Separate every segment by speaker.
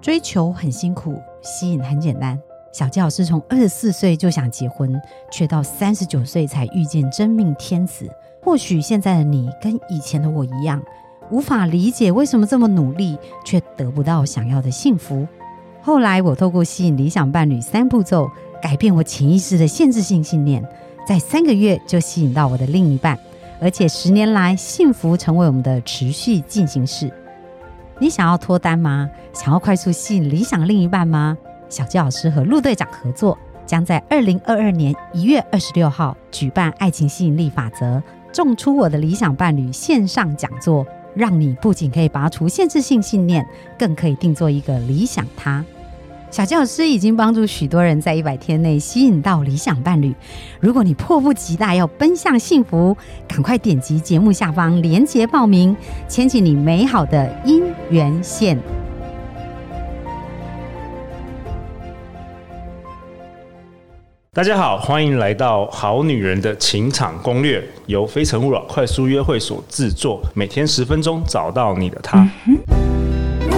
Speaker 1: 追求很辛苦，吸引很简单。小纪老师从二十四岁就想结婚，却到三十九岁才遇见真命天子。或许现在的你跟以前的我一样，无法理解为什么这么努力却得不到想要的幸福。后来，我透过吸引理想伴侣三步骤，改变我潜意识的限制性信念，在三个月就吸引到我的另一半，而且十年来，幸福成为我们的持续进行式。你想要脱单吗？想要快速吸引理想另一半吗？小纪老师和陆队长合作，将在二零二二年一月二十六号举办《爱情吸引力法则：种出我的理想伴侣》线上讲座，让你不仅可以拔除限制性信念，更可以定做一个理想他。小纪老师已经帮助许多人在一百天内吸引到理想伴侣。如果你迫不及待要奔向幸福，赶快点击节目下方链接报名，牵起你美好的姻缘线。
Speaker 2: 大家好，欢迎来到《好女人的情场攻略》，由非诚勿扰快速约会所制作，每天十分钟，找到你的他。
Speaker 3: Love,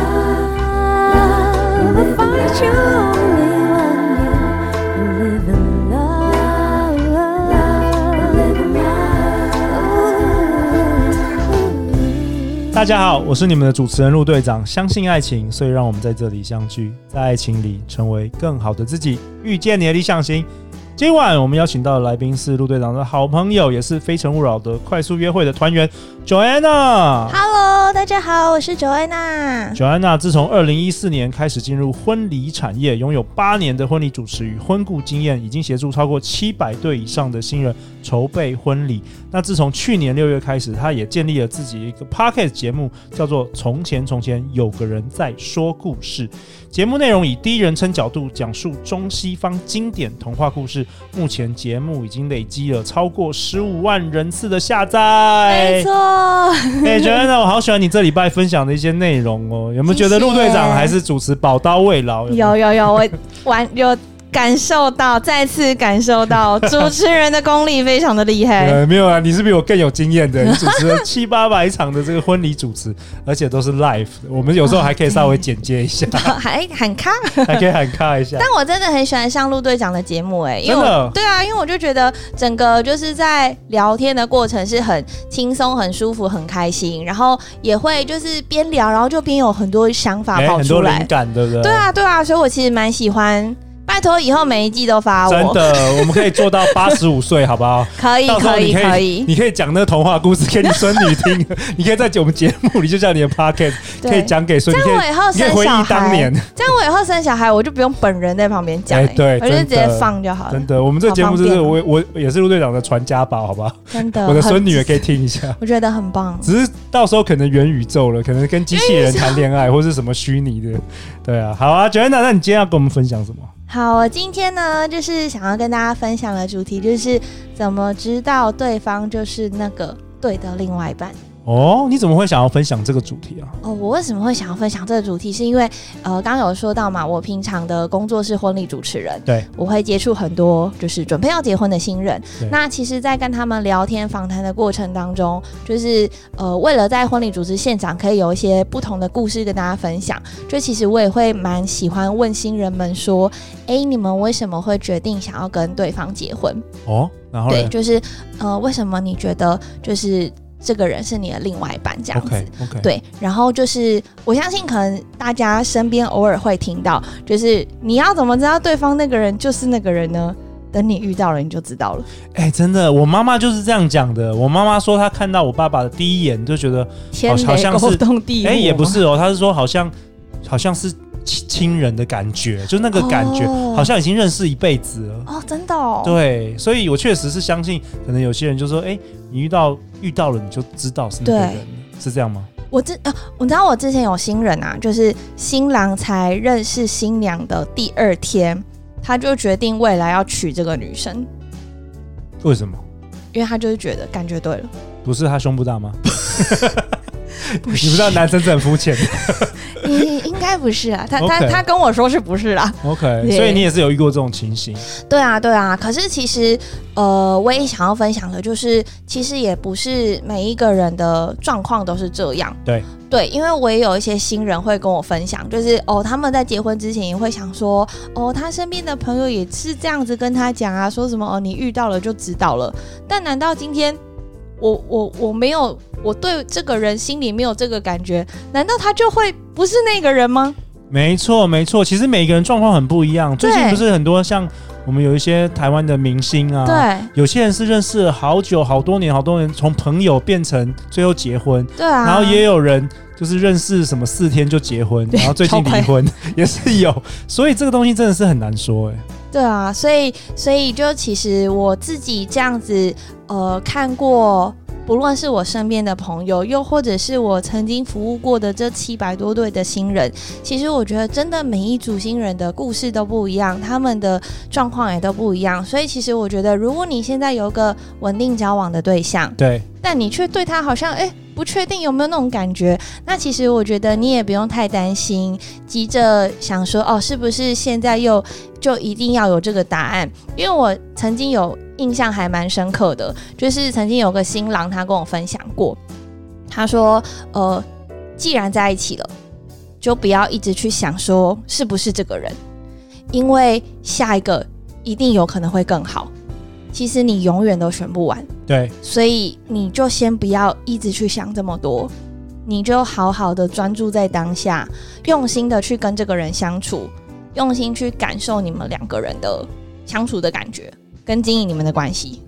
Speaker 3: find you only one you live in love, live in love.
Speaker 4: 大家好，我是你们的主持人陆队长。相信爱情，所以让我们在这里相聚，在爱情里成为更好的自己，遇见你的理想型。今晚我们邀请到的来宾是陆队长的好朋友，也是《非诚勿扰》的快速约会的团员 Joanna。
Speaker 5: Hello，大家好，我是 Joanna。
Speaker 4: Joanna 自从二零一四年开始进入婚礼产业，拥有八年的婚礼主持与婚顾经验，已经协助超过七百对以上的新人筹备婚礼。那自从去年六月开始，她也建立了自己一个 podcast 节目，叫做《从前从前有个人在说故事》。节目内容以第一人称角度讲述中西方经典童话故事。目前节目已经累积了超过十五万人次的下载。
Speaker 5: 没错，
Speaker 4: 哎、j o a n n a 我好喜欢你这礼拜分享的一些内容哦。有没有觉得
Speaker 5: 谢谢
Speaker 4: 陆队长还是主持宝刀未老？没
Speaker 5: 有有有，我完有感受到，再次感受到主持人的功力非常的厉害。
Speaker 4: 呃，没有啊，你是比我更有经验的，你主 持了七八百场的这个婚礼主持，而且都是 live，的我们有时候还可以稍微剪接一 下，
Speaker 5: 还喊卡，
Speaker 4: 还可以喊卡一下。
Speaker 5: 但我真的很喜欢上陆队长的节目、哎，因为
Speaker 4: 真的
Speaker 5: 我对啊，因为我就觉得整个就是在聊天的过程是很轻松、很舒服、很开心，然后也会就是边聊，然后就边有很多想法
Speaker 4: 哎
Speaker 5: 跑
Speaker 4: 很多
Speaker 5: 出来。
Speaker 4: 灵感，对不对？
Speaker 5: 对。啊，对啊，所以我其实蛮喜欢。拜托，以后每一季都发我，
Speaker 4: 真的，我们可以做到八十五岁，好不 好？
Speaker 5: 可以，
Speaker 4: 到时候
Speaker 5: 可
Speaker 4: 你
Speaker 5: 以，
Speaker 4: 可
Speaker 5: 可
Speaker 4: 以，
Speaker 5: 以，
Speaker 4: 你可以讲那个童话故事给你孙女听， 你可以在我们节目里，就像你的 podcast，
Speaker 5: 对
Speaker 4: 可以讲给孙女，
Speaker 5: 这
Speaker 4: 你
Speaker 5: 样
Speaker 4: 可
Speaker 5: 我以后
Speaker 4: 以你可以
Speaker 5: 生
Speaker 4: 回
Speaker 5: 小
Speaker 4: 忆当
Speaker 5: 孩
Speaker 4: 年，。
Speaker 5: 这样我以后生小孩，我就不用本人在旁边讲、
Speaker 4: 哎
Speaker 5: 欸，
Speaker 4: 对
Speaker 5: 我就
Speaker 4: 真
Speaker 5: 直接
Speaker 4: 的
Speaker 5: 放就好了
Speaker 4: 真。的，我们这节目就是
Speaker 5: 好方
Speaker 4: 我我我也是陆队长的传家宝， 好不好？
Speaker 5: 真的，
Speaker 4: 我的
Speaker 5: 很
Speaker 4: 孙女也可以听一下。
Speaker 5: 我觉得很棒。
Speaker 4: 只是到时候可能元宇宙了，可能跟机器人谈恋爱，或是什么虚拟的，对啊。好啊，Joanna，那你今天要跟我们分享什么？
Speaker 5: 好，我今天呢，就是想要跟大家分享的主题就是怎么知道对方就是那个对的另外一半。
Speaker 4: 哦，你怎么会想要分享这个主题啊？
Speaker 5: 哦，我为什么会想要分享这个主题？是因为呃，刚刚有说到嘛，我平常的工作是婚礼主持人，
Speaker 4: 对，
Speaker 5: 我会接触很多就是准备要结婚的新人
Speaker 4: 对。
Speaker 5: 那其实，在跟他们聊天访谈的过程当中，就是呃，为了在婚礼主持现场可以有一些不同的故事跟大家分享，就其实我也会蛮喜欢问新人们说，诶，你们为什么会决定想要跟对方结婚？
Speaker 4: 哦，然后
Speaker 5: 对，
Speaker 4: 呢
Speaker 5: 就是呃，为什么你觉得就是这个人是你的另外一半这样子？
Speaker 4: ？OK OK，，
Speaker 5: 对，然后就是我相信，可能大家身边偶尔会听到，就是你要怎么知道对方那个人就是那个人呢？等你遇到了，你就知道了。
Speaker 4: 哎、真的，我妈妈就是这样讲的。我妈妈说她看到我爸爸的第一眼就觉得，
Speaker 5: 天
Speaker 4: 好
Speaker 5: 雷
Speaker 4: 像是
Speaker 5: 勾动地火
Speaker 4: 哎、
Speaker 5: 吗，
Speaker 4: 也不是哦，她是说好像好像是亲亲人的感觉，就那个感觉、
Speaker 5: 哦
Speaker 4: 好像已经认识一辈子了。
Speaker 5: 哦，真的哦。
Speaker 4: 对，所以我确实是相信，可能有些人就说，哎、你遇到遇到了，你就知道是那个
Speaker 5: 对
Speaker 4: 人了，是这样吗？
Speaker 5: 我之啊，你知道我之前有新人啊，就是新郎才认识新娘的第二天，他就决定未来要娶这个女生，
Speaker 4: 为什么？
Speaker 5: 因为他就是觉得感觉 对了。
Speaker 4: 不是他胸部大吗？ 你不知道男生是很肤 浅的
Speaker 5: 应应该不是啊，他他
Speaker 4: 哦 OK
Speaker 5: 他跟我说是不是啦？
Speaker 4: ，OK，
Speaker 5: 对
Speaker 4: 所以你也是有遇过这种情形，
Speaker 5: 对啊，对啊。可是其实，呃，我也想要分享的就是，其实也不是每一个人的状况都是这样。
Speaker 4: 对
Speaker 5: 对，因为我也有一些新人会跟我分享，就是哦，他们在结婚之前也会想说，哦，他身边的朋友也是这样子跟他讲啊，说什么哦，你遇到了就知道了。但难道今天我我我没有我对这个人心里没有这个感觉，难道他就会不是那个人吗？
Speaker 4: 没错，没错。其实每个人状况很不一样。最近
Speaker 5: 对
Speaker 4: 不是很多像我们有一些台湾的明星啊，，
Speaker 5: 对
Speaker 4: 有些人是认识了好久、好多年、好多年，从朋友变成最后结婚，
Speaker 5: 对啊，
Speaker 4: 然后也有人就是认识什么四天就结婚，
Speaker 5: 对
Speaker 4: 然后最近
Speaker 5: 超快
Speaker 4: 离婚 也是有。所以这个东西真的是很难说、哎，
Speaker 5: 对啊，所以所以就其实我自己这样子，呃，看过，不论是我身边的朋友，又或者是我曾经服务过的这七百多对的新人，其实我觉得真的每一组新人的故事都不一样，他们的状况也都不一样，所以其实我觉得，如果你现在有个稳定交往的对象，
Speaker 4: 对，
Speaker 5: 但你却对他好像哎、诶不确定有没有那种感觉，那其实我觉得你也不用太担心，急着想说哦，是不是现在又就一定要有这个答案？因为我曾经有印象还蛮深刻的，就是曾经有个新郎他跟我分享过，他说呃，既然在一起了，就不要一直去想说是不是这个人，因为下一个一定有可能会更好。其实你永远都选不完。
Speaker 4: 对，
Speaker 5: 所以你就先不要一直去想这么多，你就好好的专注在当下，用心的去跟这个人相处，用心去感受你们两个人的相处的感觉，跟经营你们的关系。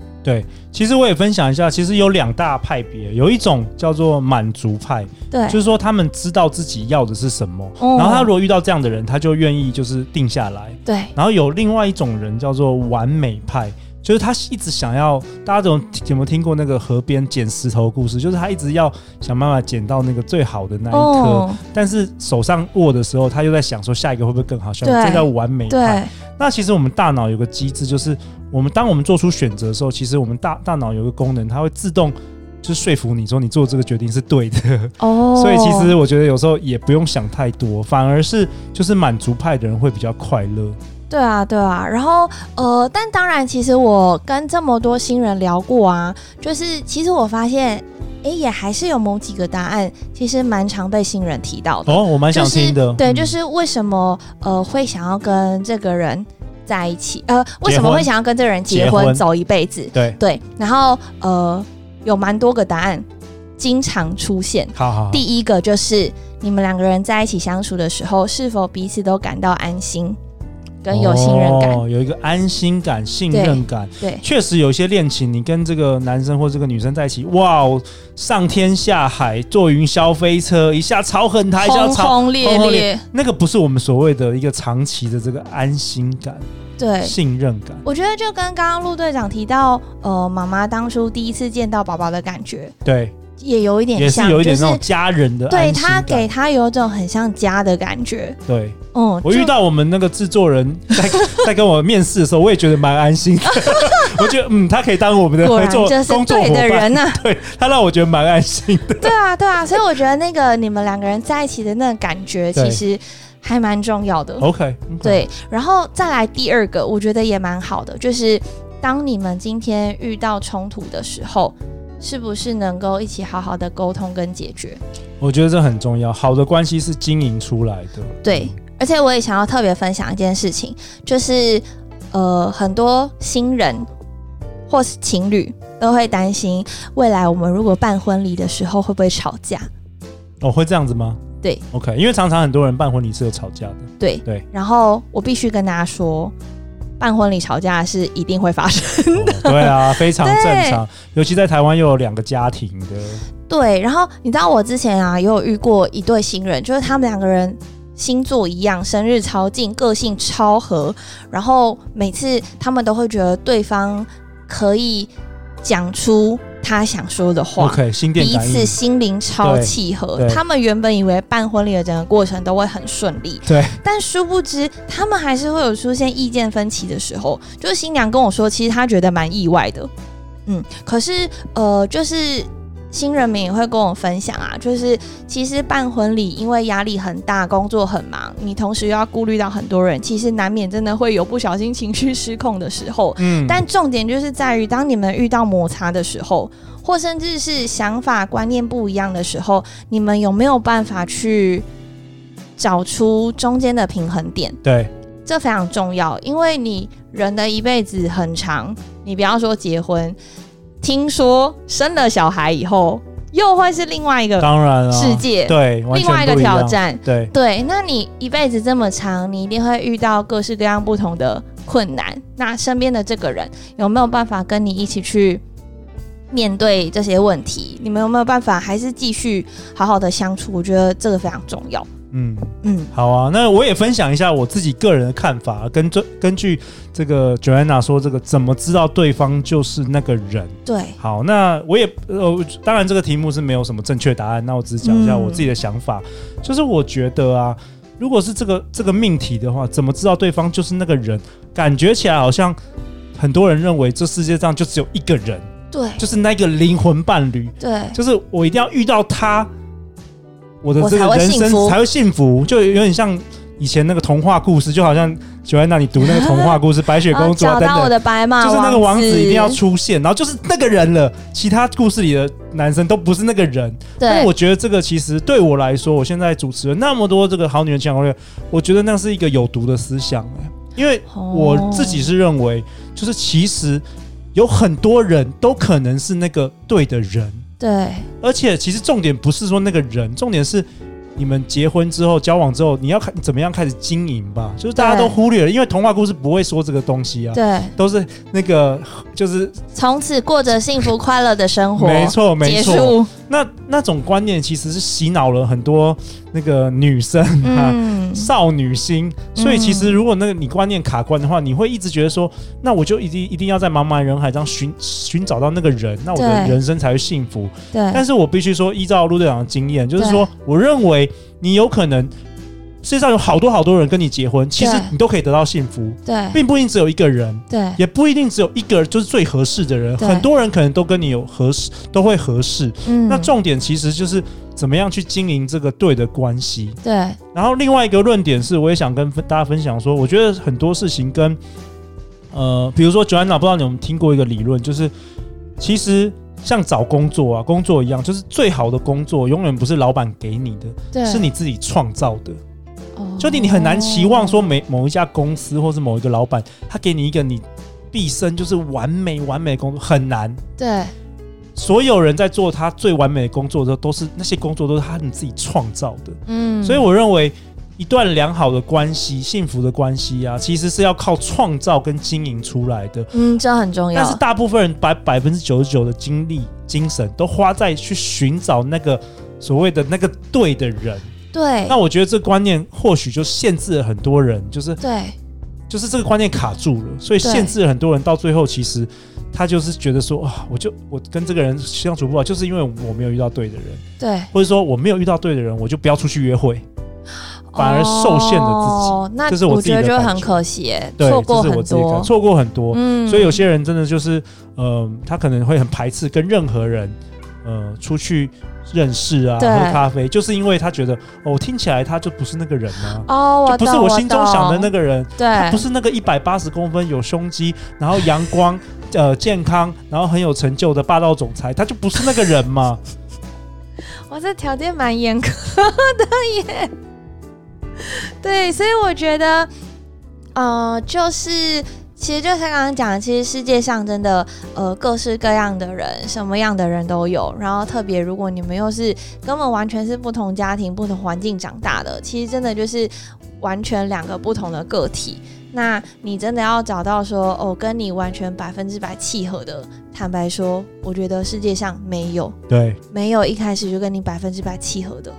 Speaker 4: 其实我也分享一下，其实有两大派别，有一种叫做满足派，
Speaker 5: 对
Speaker 4: 就是说他们知道自己要的是什么，
Speaker 5: 哦
Speaker 4: 然后他如果遇到这样的人，他就愿意就是定下来。
Speaker 5: 对
Speaker 4: 然后有另外一种人叫做完美派，就是他一直想要，大家有有没有听过那个河边捡石头的故事？就是他一直要想办法捡到那个最好的那一颗，
Speaker 5: 哦，
Speaker 4: 但是手上握的时候，他又在想说下一个会不会更好，像
Speaker 5: 对
Speaker 4: 这叫完美派。
Speaker 5: 对
Speaker 4: 那其实我们大脑有个机制，就是我们当我们做出选择的时候，其实我们大大脑有个功能，它会自动。就说服你说你做这个决定是对 的，
Speaker 5: 哦，
Speaker 4: 所以其实我觉得有时候也不用想太多，反而是就是满足派的人会比较快乐。
Speaker 5: 对啊，对啊，然后呃，但当然，其实我跟这么多新人聊过啊，就是其实我发现，诶，也还是有某几个答案，其实蛮常被新人提到的。
Speaker 4: 哦，我蛮想
Speaker 5: 就是
Speaker 4: 听的。
Speaker 5: 对，就
Speaker 4: 嗯
Speaker 5: 是为什么呃会想要跟这个人在一起？呃，为什
Speaker 4: 结
Speaker 5: 么
Speaker 4: 婚
Speaker 5: 会想要跟这个人结
Speaker 4: 结
Speaker 5: 婚
Speaker 4: 婚
Speaker 5: 走一辈子？
Speaker 4: 对，
Speaker 5: 对，然后呃有蛮多个答案，经常出现。
Speaker 4: 好好好
Speaker 5: 第一个就是你们两个人在一起相处的时候，是否彼此都感到安心，跟有信任感？
Speaker 4: 哦有一个安心感、信任感。
Speaker 5: 对
Speaker 4: 确实有一些恋情，你跟这个男生或这个女生在一起，哇，哦，上天下海，坐云霄飞车，一下吵很他，一下
Speaker 5: 轰
Speaker 4: 吵。
Speaker 5: 轰烈
Speaker 4: 轰轰
Speaker 5: 烈，
Speaker 4: 那个不是我们所谓的一个长期的这个安心感、
Speaker 5: 对，
Speaker 4: 信任感，
Speaker 5: 我觉得就跟刚刚陆队长提到，呃，妈妈当初第一次见到宝宝的感觉，
Speaker 4: 对，
Speaker 5: 也有一
Speaker 4: 也
Speaker 5: 点
Speaker 4: 是
Speaker 5: 像，
Speaker 4: 有一点
Speaker 5: 就
Speaker 4: 那种家人的
Speaker 5: 对
Speaker 4: 安心
Speaker 5: 他
Speaker 4: 感。
Speaker 5: 给他有一种很像家的感觉，
Speaker 4: 对，
Speaker 5: 嗯，
Speaker 4: 我
Speaker 5: 就
Speaker 4: 遇到我们那个制作人 在在跟我面试的时候，我也觉得蛮安 心的。我觉得嗯，他可以当我们的
Speaker 5: 果
Speaker 4: 合
Speaker 5: 然
Speaker 4: 作
Speaker 5: 这是
Speaker 4: 工作
Speaker 5: 对
Speaker 4: 伙
Speaker 5: 的
Speaker 4: 伴，
Speaker 5: 人 呐、
Speaker 4: 对他让我觉得蛮安心的。
Speaker 5: 对啊，对啊，所以我觉得那个你们两个人在一起的那个感觉，
Speaker 4: 对哦
Speaker 5: 其实还蛮重要的。
Speaker 4: OK，,
Speaker 5: 对，然后再来第二个，我觉得也蛮好的，就是当你们今天遇到冲突的时候，是不是能够一起好好的沟通跟解决？
Speaker 4: 我觉得这很重要。好的关系是经营出来的。
Speaker 5: 对，而且我也想要特别分享一件事情，就是呃，很多新人或是情侣都会担心，未来我们如果办婚礼的时候会不会吵架？
Speaker 4: 哦，会这样子吗？
Speaker 5: 对
Speaker 4: ，OK，因为常常很多人办婚礼是有吵架的。
Speaker 5: 对
Speaker 4: 对，
Speaker 5: 然后我必须跟大家说，办婚礼吵架是一定会发生。
Speaker 4: 哦对 啊，非常
Speaker 5: 对
Speaker 4: 正常。尤其在台湾又有两个家庭的，
Speaker 5: 对，然后你知道我之前啊也有遇过一对新人，就是他们两个人星座一样，生日超近，个性超合，然后每次他们都会觉得对方可以讲出他想说的话。
Speaker 4: OK，心电
Speaker 5: 彼
Speaker 4: 感
Speaker 5: 此
Speaker 4: 应。
Speaker 5: 心灵超契合
Speaker 4: 对，对
Speaker 5: 他们原本以为办婚礼的整个过程都会很顺利，
Speaker 4: 对，
Speaker 5: 但殊不知他们还是会有出现意见分歧的时候。就是新娘跟我说，其实她觉得蛮意外的，嗯，可是呃，就是新人们也会跟我分享啊，就是其实办婚礼因为压力很大，工作很忙，你同时又要顾虑到很多人，其实难免真的会有不小心情绪失控的时候。
Speaker 4: 嗯，
Speaker 5: 但重点就是在于，当你们遇到摩擦的时候，或甚至是想法观念不一样的时候，你们有没有办法去找出中间的平衡点？
Speaker 4: 对，
Speaker 5: 这非常重要，因为你人的一辈子很长，你不要说结婚，听说生了小孩以后，又会是另外一个
Speaker 4: 当然了，啊
Speaker 5: 世界，
Speaker 4: 对，完
Speaker 5: 另
Speaker 4: 全
Speaker 5: 外一个
Speaker 4: 不样
Speaker 5: 挑，战。
Speaker 4: 对，
Speaker 5: 对，那你一辈子这么长，你一定会遇到各式各样不同的困难。那身边的这个人有没有办法跟你一起去面对这些问题？你们有没有办法还是继续好好的相处？我觉得这个非常重要。
Speaker 4: 嗯。
Speaker 5: 嗯，
Speaker 4: 好啊，那我也分享一下我自己个人的看法，跟这根据这个 Joanna 说，这个怎么知道对方就是那个人？
Speaker 5: 对，
Speaker 4: 好，那我也呃，当然这个题目是没有什么正确答案，那我只是讲一下
Speaker 5: 嗯
Speaker 4: 我自己的想法，就是我觉得啊，如果是这个这个命题的话，怎么知道对方就是那个人？感觉起来好像很多人认为这世界上就只有一个人，
Speaker 5: 对，
Speaker 4: 就是那个灵魂伴侣，
Speaker 5: 对，
Speaker 4: 就是我一定要遇到他，我的这个
Speaker 5: 我才会
Speaker 4: 人
Speaker 5: 幸
Speaker 4: 生
Speaker 5: 福
Speaker 4: 才会幸福，就有点像以前那个童话故事，就好像喜欢让你读那个童话故事《白雪公主》啊
Speaker 5: 呃找
Speaker 4: 等
Speaker 5: 到我
Speaker 4: 等。
Speaker 5: 的白马，
Speaker 4: 就是那个王子一定要出现，然后就是那个人了。其他故事里的男生都不是那个人。那
Speaker 5: 对，
Speaker 4: 我觉得这个其实对我来说，我现在主持了那么多这个好女人情感攻略，我觉得那是一个有毒的思想、欸因为我自己是认为，就是其实有很多人都可能是那个对的人，
Speaker 5: 对
Speaker 4: 而且其实重点不是说那个人，重点是你们结婚之后、交往之后，你要看怎么样开始经营吧。就是大家
Speaker 5: 对
Speaker 4: 都忽略了，因为童话故事不会说这个东西啊，
Speaker 5: 对，
Speaker 4: 都是那个就是
Speaker 5: 从此过着幸福快乐的生活，
Speaker 4: 没错没
Speaker 5: 结
Speaker 4: 错。
Speaker 5: 束，
Speaker 4: 那那种观念其实是洗脑了很多那个女生啊。
Speaker 5: 嗯，
Speaker 4: 少女心，所以其实如果那个你观念卡关的话，你会一直觉得说，那我就一定一定要在茫茫人海中寻寻找到那个人，那我的
Speaker 5: 对
Speaker 4: 人生才会幸福。但
Speaker 5: 对，
Speaker 4: 是我必须说，依照陆队长的经验，就是
Speaker 5: 对
Speaker 4: 说，我认为你有可能世界上有好多好多人跟你结婚，其实
Speaker 5: 对
Speaker 4: 你都可以得到幸福，
Speaker 5: 对，
Speaker 4: 并不一定只有一个人，
Speaker 5: 对，
Speaker 4: 也不一定只有一个就是最合适的人，
Speaker 5: 对
Speaker 4: 很多人可能都跟你有合适，都会合适。
Speaker 5: 嗯
Speaker 4: 那重点其实就是怎么样去经营这个对的关系。
Speaker 5: 对
Speaker 4: 然后另外一个论点是，我也想跟分大家分享说，我觉得很多事情跟呃，比如说 Joanna，不知道你们有没有听过一个理论，就是其实像找工作啊，工作一样，就是最好的工作永远不是老板给你的，
Speaker 5: 对，
Speaker 4: 是你自己创造的。
Speaker 5: 哦，
Speaker 4: 就你你很难期望说每某一家公司或是某一个老板，他给你一个你毕生就是完美完美的工作，很难。
Speaker 5: 对
Speaker 4: 所有人在做他最完美的工作的时候，都是那些工作都是他们自己创造的。
Speaker 5: 嗯，
Speaker 4: 所以我认为，一段良好的关系、幸福的关系啊，其实是要靠创造跟经营出来的。
Speaker 5: 嗯，这很重要，
Speaker 4: 但是大部分人把百分之九十九的精力、精神都花在去寻找那个所谓的那个对的人。
Speaker 5: 对
Speaker 4: 那我觉得这观念或许就限制了很多人，就是
Speaker 5: 对
Speaker 4: 就是这个观念卡住了，所以
Speaker 5: 对
Speaker 4: 限制了很多人。到最后，其实他就是觉得说啊，我就我跟这个人相处不好，就是因为我没有遇到对的人，
Speaker 5: 对，
Speaker 4: 或者说我没有遇到对的人，我就不要出去约会。反而受限了自己
Speaker 5: 哦、那
Speaker 4: 这是我自己
Speaker 5: 觉
Speaker 4: 的
Speaker 5: 得就
Speaker 4: 感
Speaker 5: 很
Speaker 4: 觉
Speaker 5: 可惜耶，
Speaker 4: 对，
Speaker 5: 错过
Speaker 4: 这是
Speaker 5: 很
Speaker 4: 我自己的感
Speaker 5: 多
Speaker 4: 觉，错过很多。
Speaker 5: 嗯
Speaker 4: 所以有些人真的就是，呃，他可能会很排斥跟任何人，呃，出去认识啊，
Speaker 5: 对
Speaker 4: 喝咖啡，就是因为他觉得，哦，听起来他就不是那个人啊。
Speaker 5: 哦，我
Speaker 4: 就不是
Speaker 5: 懂
Speaker 4: 我心中想的那
Speaker 5: 懂
Speaker 4: 个人，他
Speaker 5: 对，
Speaker 4: 不是那个一百八十公分、有胸肌、然后阳光、 呃健康、然后很有成就的霸道总裁，他就不是那个人 嘛。
Speaker 5: 哇，这条件蛮严苛的耶。 对，所以我觉得，呃，就是其实就像刚刚讲的，其实世界上真的呃各式各样的人，什么样的人都有。然后特别如果你们又是根本完全是不同家庭、不同环境长大的，其实真的就是完全两个不同的个体。那你真的要找到说哦，跟你完全百分之百契合的，坦白说，我觉得世界上没有。
Speaker 4: 对，
Speaker 5: 没有一开始就跟你百分之百契合的。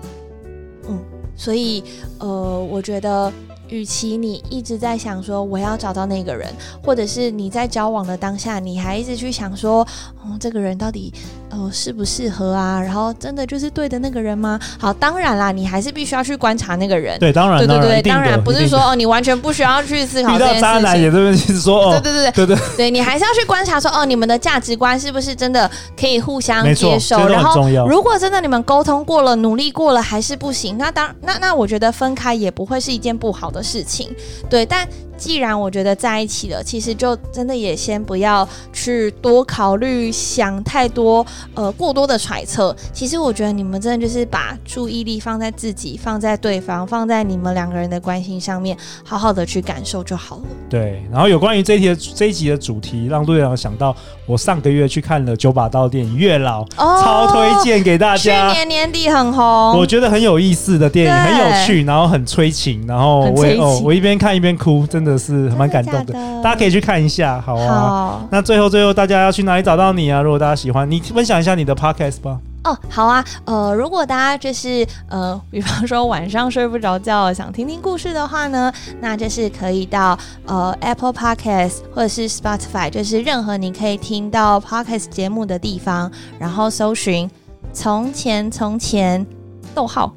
Speaker 5: 嗯，所以呃，我觉得，与其你一直在想说我要找到那个人，或者是你在交往的当下，你还一直去想说，哦，这个人到底呃哦适不适合啊，然后真的就是对的那个人吗？好，当然啦，你还是必须要去观察那个人。
Speaker 4: 对，当然，
Speaker 5: 对对
Speaker 4: 然，
Speaker 5: 对，
Speaker 4: 一定
Speaker 5: 当
Speaker 4: 的
Speaker 5: 然不
Speaker 4: 一定
Speaker 5: 是说
Speaker 4: 的
Speaker 5: 哦，你完全不需要去思考
Speaker 4: 遇
Speaker 5: 这
Speaker 4: 到
Speaker 5: 件
Speaker 4: 渣
Speaker 5: 事
Speaker 4: 男也
Speaker 5: 情。
Speaker 4: 这边是说
Speaker 5: 对
Speaker 4: 哦，
Speaker 5: 对对对，
Speaker 4: 对对，
Speaker 5: 对你还是要去观察说，哦，你们的价值观是不是真的可以互相
Speaker 4: 没错
Speaker 5: 接
Speaker 4: 这
Speaker 5: 受？
Speaker 4: 都
Speaker 5: 然
Speaker 4: 很
Speaker 5: 后
Speaker 4: 重要，
Speaker 5: 如果真的你们沟通过了，努力过了还是不行，那当那那我觉得分开也不会是一件不好的事情，对。但既然我觉得在一起了，其实就真的也先不要去多考虑、想太多，呃，过多的揣测。其实我觉得你们真的就是把注意力放在自己、放在对方、放在你们两个人的关系上面，好好的去感受就好了。
Speaker 4: 对，然后有关于这一题的这一集的主题，让陆队长想到我上个月去看了九把刀的电影《月老》，
Speaker 5: 哦
Speaker 4: 超推荐给大
Speaker 5: 去
Speaker 4: 家。
Speaker 5: 年年底很红，
Speaker 4: 我觉得很有意思的电影，很
Speaker 5: 对
Speaker 4: 有趣，然后很催情，然后
Speaker 5: 很
Speaker 4: 我也
Speaker 5: 催
Speaker 4: 哦，
Speaker 5: 情
Speaker 4: 我一边看一边哭，真的是蛮感动
Speaker 5: 真的假的
Speaker 4: 大家可以去看一下，好啊。
Speaker 5: 好。
Speaker 4: 那最后最后，大家要去哪里找到你啊？如果大家喜欢，你分享一下你的 podcast 吧。
Speaker 5: 哦，好啊，呃，如果大家就是呃， 比方说晚上睡不着觉，想听听故事的话呢，那就是可以到呃 Apple Podcast 或者是 Spotify，就是任何你可以听到 podcast 节目的地方，然后搜寻“从前从前”逗号。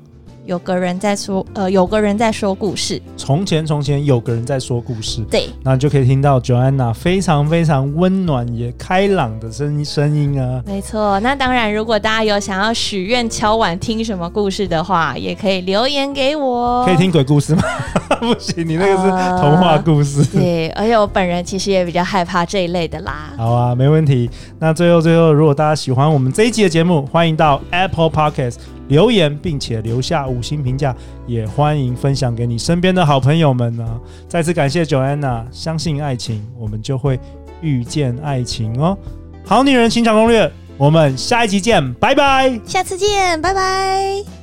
Speaker 5: 有个人在说，呃，有个人在说故事，
Speaker 4: 从前从前有个人在说故事，
Speaker 5: 对，
Speaker 4: 那你就可以听到 Joanna 非常非常温暖也开朗的声声音啊。
Speaker 5: 没错。那当然，如果大家有想要许愿敲碗听什么故事的话，也可以留言给我，
Speaker 4: 可以听鬼故事吗？ 不行，你那个是童话故事。
Speaker 5: 对，而且我本人其实也比较害怕这一类的啦。
Speaker 4: 好啊，没问题。那最后最后，如果大家喜欢我们这一集的节目，欢迎到 Apple Podcast 留言，并且留下五星评价，也欢迎分享给你身边的好朋友们呢、啊再次感谢 Joanna，相信爱情，我们就会遇见爱情哦。好女人情场攻略，我们下一集见，拜拜。
Speaker 5: 下次见，拜拜。